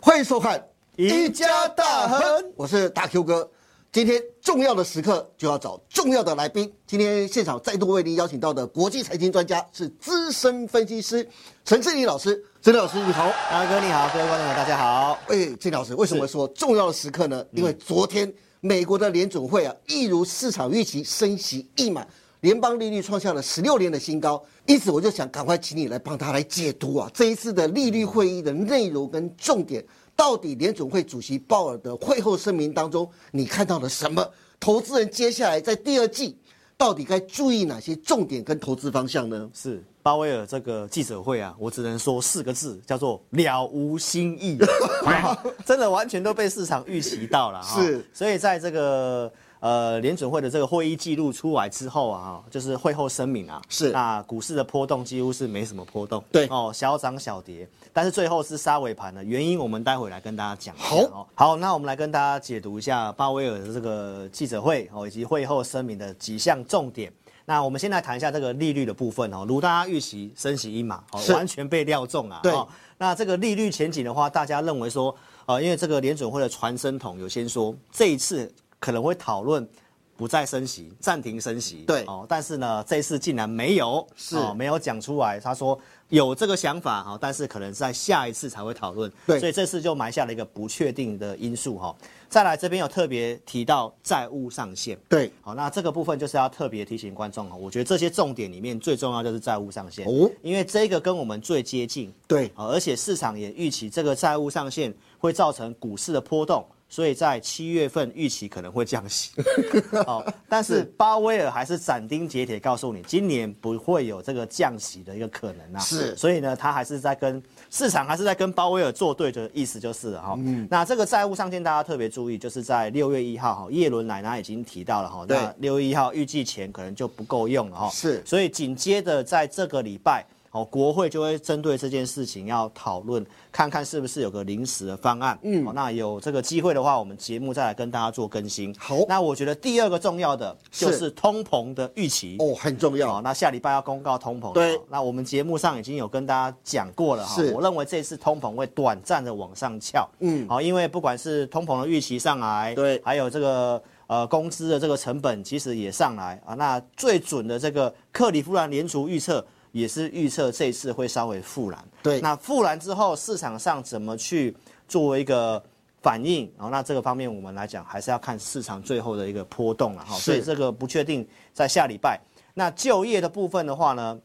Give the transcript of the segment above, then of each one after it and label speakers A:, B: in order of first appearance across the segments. A: 欢迎收看《
B: 赢家大亨》，
A: 我是大 Q 哥。今天重要的时刻就要找重要的来宾。今天现场再度为您邀请到的国际财经专家是资深分析师陈志林老师。陈老师你好，
B: 大哥你好，各位观众朋友大家好。
A: 哎，郑老师，为什么说重要的时刻呢？因为昨天美国的联准会啊，一如市场预期升息一码，联邦利率创下了十六年的新高。因此，我就想赶快请你来帮他来解读啊，这一次的利率会议的内容跟重点，到底联准会主席鲍尔的会后声明当中，你看到了什么？投资人接下来在第二季到底该注意哪些重点跟投资方向呢？
B: 是鲍威尔这个记者会啊，我只能说四个字，叫做了无新 意，真的完全都被市场预期到了哈
A: 是
B: 所以在这个呃联准会的这个会议记录出来之后啊，哈就是会后声明啊，
A: 是
B: 那股市的波动几乎是没什么波动，
A: 对
B: 哦，小涨小跌，但是最后是杀尾盘的原因，我们待会来跟大家讲一下。
A: 好
B: 哦好，那我们来跟大家解读一下鲍威尔的这个记者会哦，以及会后声明的几项重点。那我们先来谈一下这个利率的部分哦，如大家预期升息一码，哦
A: 是，
B: 完全被料中啊。
A: 对
B: 哦那这个利率前景的话，大家认为说，呃，因为这个联准会的传声筒有先说，这一次可能会讨论不再升息，暂停升息。
A: 对
B: 哦，但是呢，这一次竟然没有，
A: 是
B: 哦没有讲出来。他说有这个想法哈、哦，但是可能在下一次才会讨论。
A: 对
B: 所以这次就埋下了一个不确定的因素哈、哦。再来这边有特别提到债务上限。
A: 对，
B: 好，那这个部分就是要特别提醒观众哦，我觉得这些重点里面最重要就是债务上限
A: 哦
B: 因为这个跟我们最接近，
A: 对
B: 好而且市场也预期这个债务上限会造成股市的波动，所以在七月份预期可能会降息。 好，但是鲍威尔还是斩钉截铁告诉你，今年不会有这个降息的一个可能啊。
A: 是
B: 所以呢，他还是在跟市场还是在跟鲍威尔作对的意思就是了哈、嗯，那这个债务上限大家特别注意，就是在六月一号哈，耶伦奶奶已经提到了哈，
A: 对
B: 那六月一号预计钱可能就不够用了哈。
A: 是
B: 所以紧接着在这个礼拜。哦，国会就会针对这件事情要讨论，看看是不是有个临时的方案。嗯、那有这个机会的话，我们节目再来跟大家做更新。
A: 好
B: 那我觉得第二个重要的就是是通膨的预期。
A: 哦，很重要
B: 好，。那下礼拜要公告通膨了。
A: 对
B: 那我们节目上已经有跟大家讲过了哈
A: 是。
B: 我认为这次通膨会短暂的往上翘。嗯，好，因为不管是通膨的预期上来，
A: 对
B: 还有这个呃工资的这个成本其实也上来啊。那最准的这个克利夫兰联储预测也是预测这次会稍微复燃。
A: 对
B: 那复燃之后市场上怎么去作为一个？反应，然后那这个方面我们来讲，还是要看市场最后的一个波动了哈。所以
A: 是
B: 这个不确定在下礼拜。那就业的部分的话呢，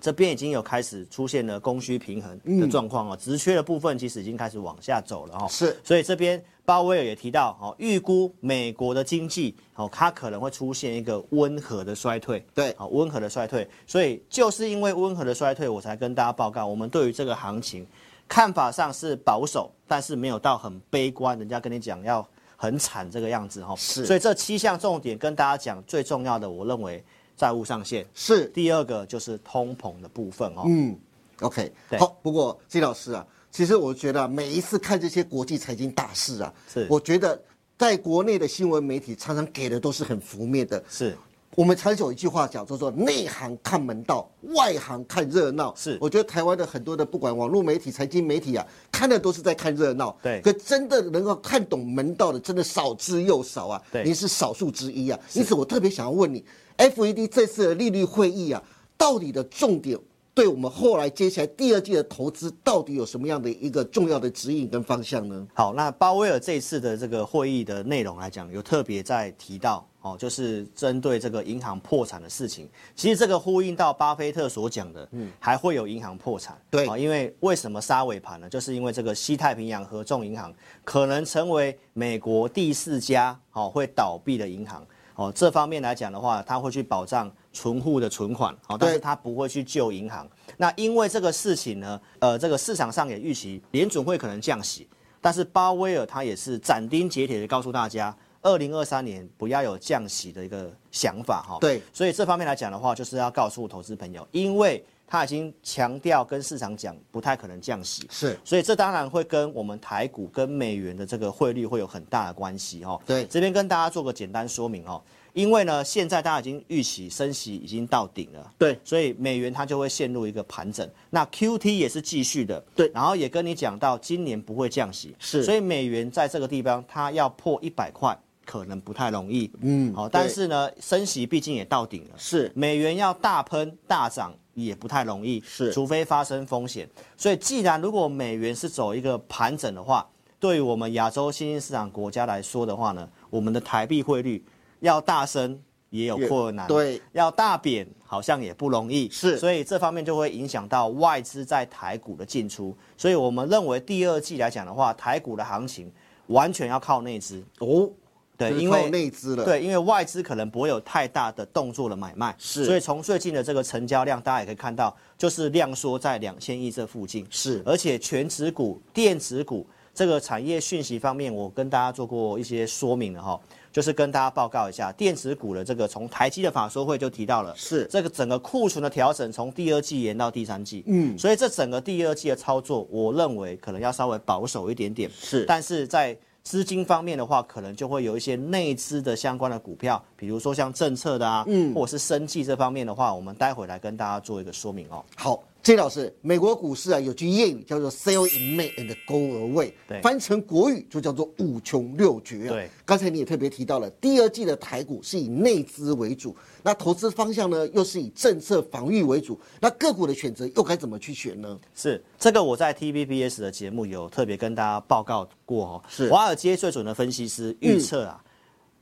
B: 这边已经有开始出现了供需平衡的状况哦，职缺的部分其实已经开始往下走了哦。
A: 是
B: 所以这边鲍威尔也提到哦，预估美国的经济哦，它可能会出现一个温和的衰退。
A: 对
B: 好、温和的衰退。所以就是因为温和的衰退，我才跟大家报告，我们对于这个行情看法上是保守，但是没有到很悲观，人家跟你讲要很惨这个样子哈、哦。
A: 是
B: 所以这七项重点跟大家讲，最重要的我认为债务上限，
A: 是
B: 第二个就是通膨的部分哦。
A: 嗯，OK，
B: 对
A: 好。不过金老师啊，其实我觉得啊每一次看这些国际财经大事啊，
B: 是
A: 我觉得在国内的新闻媒体常常给的都是很负面的。
B: 是
A: 我们常有一句话讲，叫做“内行看门道，外行看热闹”。
B: 是
A: 我觉得台湾的很多的不管网络媒体、财经媒体啊，看的都是在看热闹。
B: 对
A: 可真的能够看懂门道的，真的少之又少啊。
B: 对
A: 您是少数之一啊。因此，我特别想要问你，FED 这次的利率会议啊，到底的重点对我们后来接下来第二季的投资到底有什么样的一个重要的指引跟方向呢？
B: 好，那鲍威尔这一次的这个会议的内容来讲，有特别在提到哦，就是针对这个银行破产的事情。其实这个呼应到巴菲特所讲的，嗯，还会有银行破产。
A: 对
B: 哦因为为什么杀尾盘呢？就是因为这个西太平洋合众银行可能成为美国第四家哦会倒闭的银行。哦，这方面来讲的话，它会去保障存户的存款，好、哦，但是
A: 对
B: 它不会去救银行。那因为这个事情呢，呃，这个市场上也预期联准会可能降息，但是鲍威尔他也是斩钉截铁的告诉大家，二零二三年不要有降息的一个想法哈、
A: 对
B: 所以这方面来讲的话，就是要告诉投资朋友，因为他已经强调跟市场讲不太可能降息，
A: 是
B: 所以这当然会跟我们台股跟美元的这个汇率会有很大的关系哦。
A: 对
B: 这边跟大家做个简单说明哦。因为呢，现在大家已经预期升息已经到顶了，
C: 对
B: 所以美元它就会陷入一个盘整。那 QT 也是继续的，
C: 对
B: 然后也跟你讲到今年不会降息，
C: 是
B: 所以美元在这个地方它要破一百块。可能不太容易，嗯，好，
C: 对
B: 但是呢，升息毕竟也到顶了，
C: 是
B: 美元要大喷大涨也不太容易，
C: 是
B: 除非发生风险。所以，既然如果美元是走一个盘整的话，对于我们亚洲新兴市场国家来说的话呢，我们的台币汇率要大升也有困难，
C: 也对，
B: 要大贬好像也不容易，
C: 是
B: 所以这方面就会影响到外资在台股的进出。所以我们认为第二季来讲的话，台股的行情完全要靠内资，
C: 哦，
B: 对，
A: 就是
B: 因
A: 靠
B: 为
A: 内资了。，
B: 对，因为外资可能不会有太大的动作的买卖，
C: 是
B: 所以从最近的这个成交量，大家也可以看到，就是量缩在两千亿这附近，
C: 是
B: 而且全指股、电子股这个产业讯息方面，我跟大家做过一些说明了哈，就是跟大家报告一下，电子股的这个从台积的法说会就提到了，
C: 是
B: 这个整个库存的调整从第二季延到第三季，嗯，所以这整个第二季的操作，我认为可能要稍微保守一点点，
C: 是
B: 但是在资金方面的话，可能就会有一些内资的相关的股票，比如说像政策的啊，嗯，或者是生计这方面的话，我们待会来跟大家做一个说明哦。
A: 好，这老师，美国股市啊有句谚语叫做 “sell in May and go away”，
B: 对
A: 翻成国语就叫做五穷六绝啊。
B: 对，
A: 刚才你也特别提到了，第二季的台股是以内资为主，那投资方向呢又是以政策防御为主，那个股的选择又该怎么去选呢？
B: 是这个，我在 TVBS 的节目有特别跟大家报告过哦。
C: 是
B: 华尔街最准的分析师预测啊，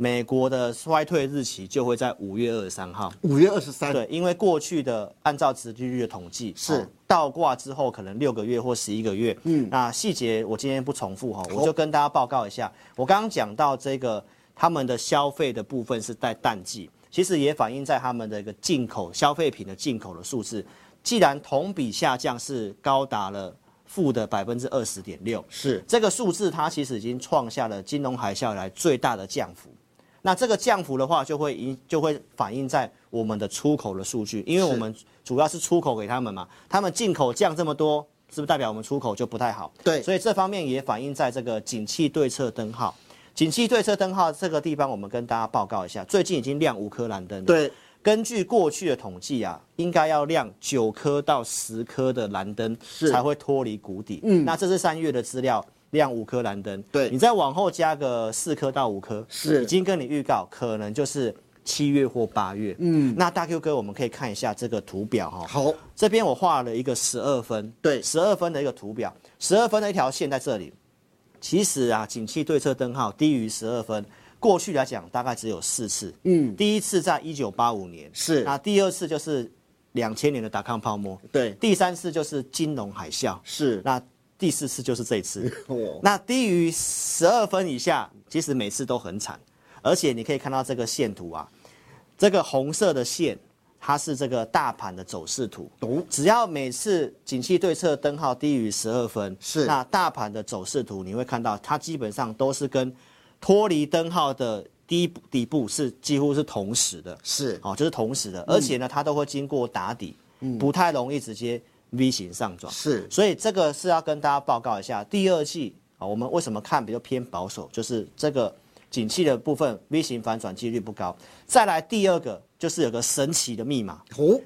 B: 美国的衰退日期就会在五月二十三号。
A: 五月二十三，
B: 对，因为过去的按照殖利率的统计
A: 是
B: 哦倒挂之后可能六个月或十一个月。嗯，那细节我今天不重复哈、我就跟大家报告一下。我刚刚讲到这个他们的消费的部分是在淡季，其实也反映在他们的一个进口消费品的进口的数字。既然同比下降是高达了负的百分之二十点六，
C: 是
B: 这个数字它其实已经创下了金融海啸以来最大的降幅。那这个降幅的话，就会影就会反映在我们的出口的数据，因为我们主要是出口给他们嘛，他们进口降这么多，是不是代表我们出口就不太好？
C: 对
B: 所以这方面也反映在这个景气对策灯号。景气对策灯号这个地方，我们跟大家报告一下，最近已经亮五颗蓝灯了。
C: 对，
B: 根据过去的统计啊，应该要亮九颗到十颗的蓝灯
C: 是
B: 才会脱离谷底。嗯，那这是三月的资料，亮五颗蓝灯。
C: 对
B: 你再往后加个四颗到五颗，
C: 是
B: 已经跟你预告，可能就是七月或八月。嗯，那大 Q 哥，我们可以看一下这个图表哈、
A: 好，
B: 这边我画了一个十二分，
C: 对
B: 十二分的一个图表，十二分的一条线在这里。其实啊，景气对策灯号低于十二分，过去来讲大概只有四次。嗯，第一次在一九八五年，
C: 是
B: 那第二次就是两千年的达康泡沫，
C: 对
B: 第三次就是金融海啸，
C: 是
B: 那第四次就是这一次。
C: 哦
B: 那低于十二分以下，其实每次都很惨，而且你可以看到这个线图啊，这个红色的线。它是这个大盘的走势图，只要每次景气对策灯号低于十二分，
C: 是
B: 那大盘的走势图，你会看到它基本上都是跟脱离灯号的低底部是几乎是同时的，
C: 是嗯
B: 哦，就是同时的，而且呢，它都会经过打底，不太容易直接 V 型上涨。
C: 是
B: 所以这个是要跟大家报告一下，第二季啊、我们为什么看比较偏保守，就是这个景气的部分 V 型反转几率不高。再来第二个就是有个神奇的密码，
A: 哦，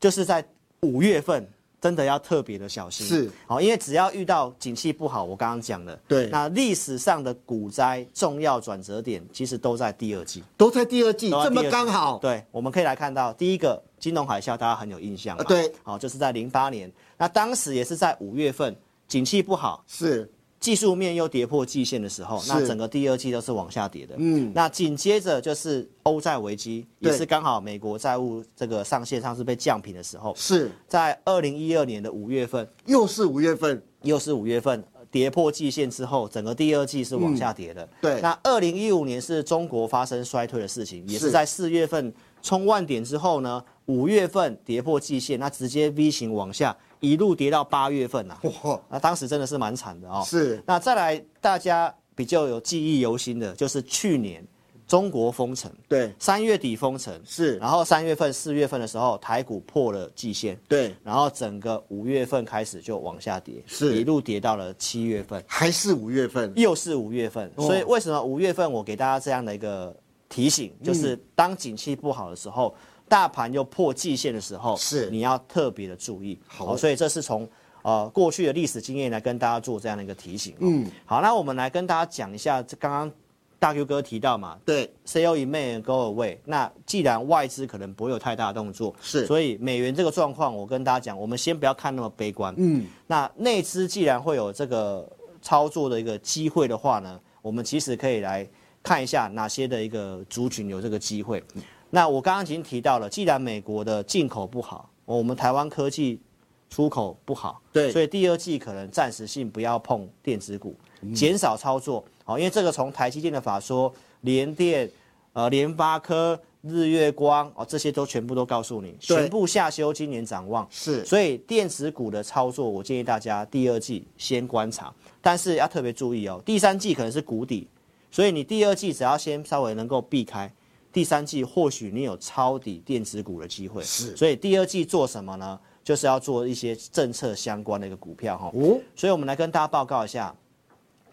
B: 就是在五月份真的要特别的小心。
A: 是，
B: 好，因为只要遇到景气不好，我刚刚讲的，
C: 对
B: 那历史上的股灾重要转折点其实都在第二季。
A: 都在第二季，
B: 都在
A: 这
B: 第
A: 么
B: 二
A: 刚
B: 季
A: 好，
B: 对，我们可以来看到第一个金融海啸，大家很有印象吧
A: 啊对，
B: 好、就是在零八年，那当时也是在五月份，景气不好，
A: 是
B: 技术面又跌破季线的时候，那整个第二季都是往下跌的。嗯，那紧接着就是欧债危机，也是刚好美国债务这个上限上是被降平的时候，
A: 是，
B: 在二零一二年的五月份，
A: 又是五月份，
B: 又是五月份呃跌破季线之后，整个第二季是往下跌的。
A: 嗯对
B: 那二零一五年是中国发生衰退的事情，也
A: 是
B: 是在四月份冲万点之后呢，五月份跌破季线，那直接 V 型往下，一路跌到八月份呐、 啊。
A: 哇，
B: 那当时真的是蛮惨的哦。
A: 是
B: 那再来，大家比较有记忆犹新的就是去年中国封城，
C: 对
B: 三月底封城，
C: 是
B: 然后三月份、四月份的时候，台股破了季线，
C: 对
B: 然后整个五月份开始就往下跌，
C: 是
B: 一路跌到了七月份，
A: 还是五月份，
B: 又是五月份，所以为什么五月份我给大家这样的一个提醒，就是当景气不好的时候，大盘又破季线的时候，
A: 是
B: 你要特别的注意。
A: 好
B: 所以这是从呃过去的历史经验来跟大家做这样的一个提醒、嗯，好，那我们来跟大家讲一下，这刚刚大 Q 哥提到嘛，
A: 对，
B: CEO in May and go away。那既然外资可能不会有太大动作，
A: 是
B: 所以美元这个状况，我跟大家讲，我们先不要看那么悲观。嗯，那内资既然会有这个操作的一个机会的话呢，我们其实可以来看一下哪些的一个族群有这个机会。
A: 嗯
B: 那我刚刚已经提到了，既然美国的进口不好，我们台湾科技出口不好，
A: 对
B: 所以第二季可能暂时性不要碰电子股，
A: 嗯
B: 减少操作，好、因为这个从台积电的法说、联电、呃联发科、日月光哦，这些都全部都告诉你，
A: 对
B: 全部下修今年展望，
A: 是
B: 所以电子股的操作，我建议大家第二季先观察，但是要特别注意哦，第三季可能是谷底，所以你第二季只要先稍微能够避开，第三季或许你有抄底电子股的机会。
A: 是
B: 所以第二季做什么呢？就是要做一些政策相关的一个股票哈。
A: 哦，
B: 所以我们来跟大家报告一下，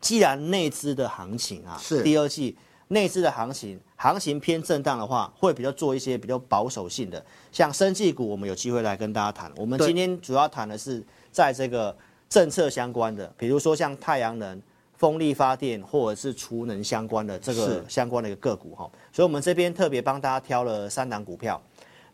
B: 既然内资的行情啊，
A: 是
B: 第二季内资的行情，行情偏震荡的话，会比较做一些比较保守性的，像生技股，我们有机会来跟大家谈。我们
A: 对
B: 今天主要谈的是在这个政策相关的，比如说像太阳能。风力发电或者是储能相关的这
A: 是
B: 个相关的一个个股哈，所以我们这边特别帮大家挑了三档股票，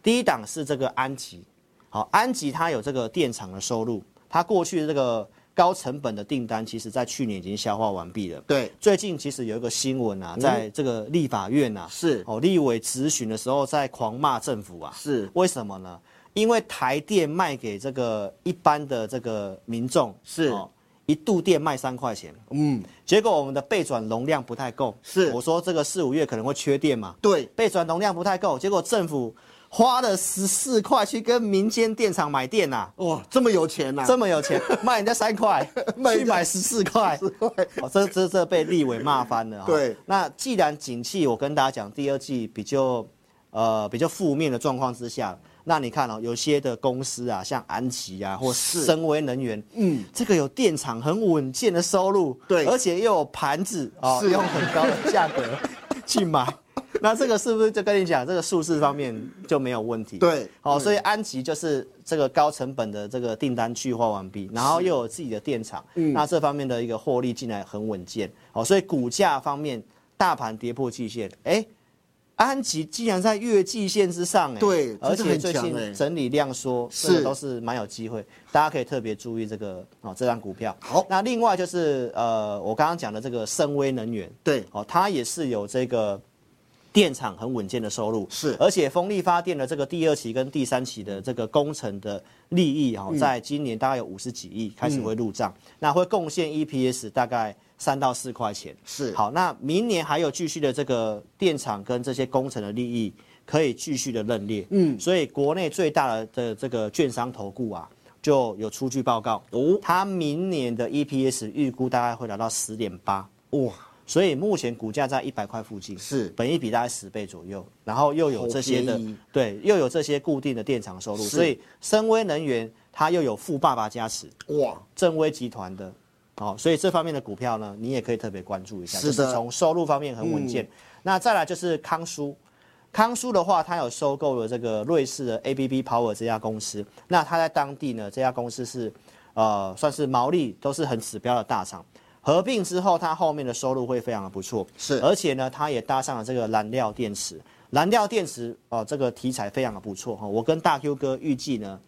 B: 第一档是这个安吉，好，安吉它有这个电厂的收入，它过去这个高成本的订单，其实在去年已经消化完毕了。
A: 对，
B: 最近其实有一个新闻啊，在这个立法院啊，
A: 嗯是
B: 哦，立委质询的时候在狂骂政府啊，
A: 是
B: 为什么呢？因为台电卖给这个一般的这个民众哦
A: 是
B: 一度电卖三块钱，
A: 嗯，
B: 结果我们的备转容量不太够，
A: 是
B: 我说这个四五月可能会缺电嘛，
A: 对，
B: 备转容量不太够，结果政府花了十四块去跟民间电厂买电呐、啊
A: 哇，这么有钱呐、
B: 这么有钱，卖人家三块，
A: 卖人家
B: 去买十四块，哦，这这这被立委骂翻了。哦
A: 对，
B: 那既然景气，我跟大家讲，第二季比较呃比较负面的状况之下，那你看哦，有些的公司啊，像安琪啊，或
A: 是
B: 深威能源，嗯，这个有电厂很稳健的收入，
A: 对
B: 而且又有盘子哦，
A: 是
B: 用很高的价 格去买。那这个是不是就跟你讲，这个数字方面就没有问题？
A: 对嗯
B: 好、所以安吉就是这个高成本的这个订单去化完毕，然后又有自己的电厂，
A: 嗯
B: 那这方面的一个获利进来很稳健。好、所以股价方面，大盘跌破季线，哎，安吉竟然在月季线之上，哎，
A: 对
B: 而
A: 真的
B: 且
A: 很
B: 最
A: 强哎
B: 近整理量缩，
A: 是
B: 这个都是蛮有机会，大家可以特别注意这个哦这张股票。
A: 好
B: 那另外就是呃，我刚刚讲的这个深威能源，
A: 对，
B: 哦，它也是有这个电厂很稳健的收入，
A: 是
B: 而且风力发电的这个第二期跟第三期的这个工程的利益
A: 嗯
B: 哦，在今年大概有五十几亿开始会入账，那会贡献 EPS 大概三到四块钱，
A: 是
B: 好，那明年还有继续的这个电厂跟这些工程的利益可以继续的认列，嗯，所以国内最大的的这个券商投顾啊。就有出具报告，哦，它明年的 EPS 预估大概会达到十点八，
A: 哇，
B: 所以目前股价在一百块附近，
A: 是
B: 本一比大概十倍左右，然后又有这些
A: 好
B: 的
A: 便宜
B: 对，又有这些固定的电厂收入，
A: 是
B: 所以深威能源它又有富爸爸加持，
A: 哇，
B: 正威集团的，哦，所以这方面的股票呢，你也可以特别关注一下，
A: 是的嗯
B: 就是从收入方面很稳健。那再来就是康舒，康舒的话，它有收购了这个瑞士的 ABB Power 这家公司，那它在当地呢，这家公司是呃算是毛利都是很指标的大厂。合并之后，它后面的收入会非常的不错，
A: 是
B: 而且呢，它也搭上了这个燃料电池，燃料电池哦、这个题材非常的不错哈、我跟大 Q 哥预计呢，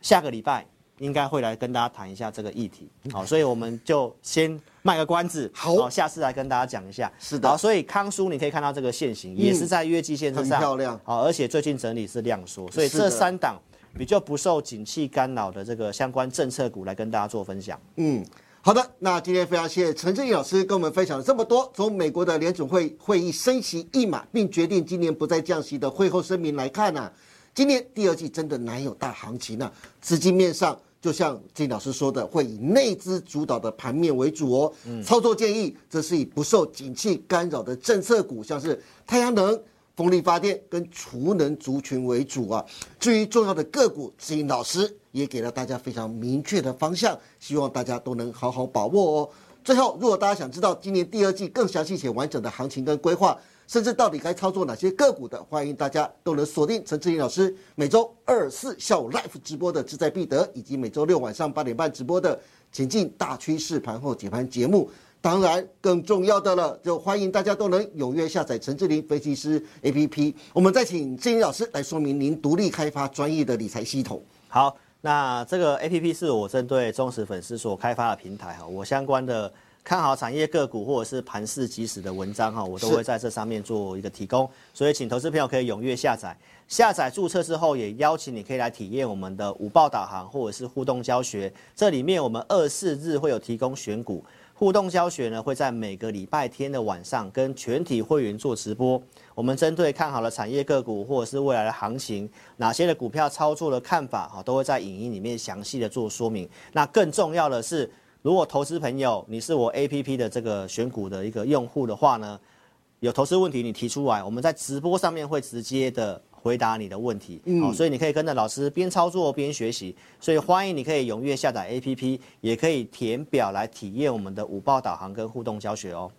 B: 下个礼拜应该会来跟大家谈一下这个议题，好，所以我们就先卖个关子，
A: 好
B: 下次来跟大家讲一下。
A: 是的嗯
B: 好，所以康叔你可以看到这个线型也是在月季线之
A: 很
B: 上，
A: 漂亮
B: 好，而且最近整理是量缩，所以
A: 是的
B: 这三档比较不受景气干扰的这个相关政策股来跟大家做分享。
A: 嗯好的，那今天非常谢谢陈正义老师跟我们分享了这么多。从美国的联准会会议升息一码，并决定今年不再降息的会后声明来看啊呢、今年第二季真的难有大行情呢、资金面上，就像金老师说的，会以内资主导的盘面为主哦。操作建议则是以不受景气干扰的政策股，像是太阳能。风力发电跟储能族群为主啊。至于重要的个股，志颖老师也给了大家非常明确的方向，希望大家都能好好把握哦。最后，如果大家想知道今年第二季更详细且完整的行情跟规划，甚至到底该操作哪些个股的，欢迎大家都能锁定陈志林老师每周二四下午 live 直播的志在必得，以及每周六晚上八点半直播的前进大趋势盘后解盘节目。当然，更重要的了，就欢迎大家都能踊跃下载陈志林分析师 APP。我们再请志林老师来说明您独立开发专业的理财系统。
B: 好，那这个 A P P 是我针对忠实粉丝所开发的平台哈，我相关的看好产业个股或者是盘势即时的文章哈，我都
A: 是
B: 会在这上面做一个提供，所以请投资朋友可以踊跃下载。下载注册之后，也邀请你可以来体验我们的午报导航或者是互动教学，这里面我们二四日会有提供选股。互动教学呢，会在每个礼拜天的晚上跟全体会员做直播。我们针对看好的产业个股或者是未来的行情，哪些的股票操作的看法哈，都会在影音里面详细的做说明。那更重要的是，如果投资朋友你是我 APP 的这个选股的一个用户的话呢，有投资问题你提出来，我们在直播上面会直接的回答你的问题。嗯、所以你可以跟着老师边操作边学习。所以欢迎你可以踊跃下载 APP，也可以填表来体验我们的午报导航跟互动教学哦。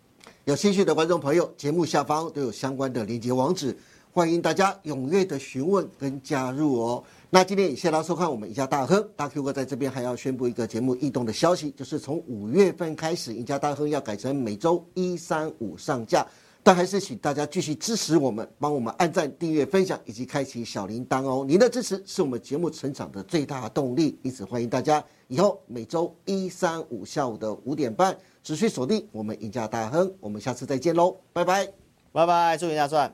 A: 有兴趣的观众朋友，节目下方都有相关的连接网址，欢迎大家踊跃的询问跟加入哦。那今天也谢谢大家收看我们赢家大亨，大 Q 哥在这边还要宣布一个节目异动的消息，就是从五月份开始，赢家大亨要改成每周一、三、五上架。但还是请大家继续支持我们，帮我们按赞、订阅、分享以及开启小铃铛哦。您的支持是我们节目成长的最大动力，因此欢迎大家以后每周一、三、五下午的五点半持续锁定我们赢家大亨。我们下次再见喽，拜拜。
B: 拜拜，祝你大赚！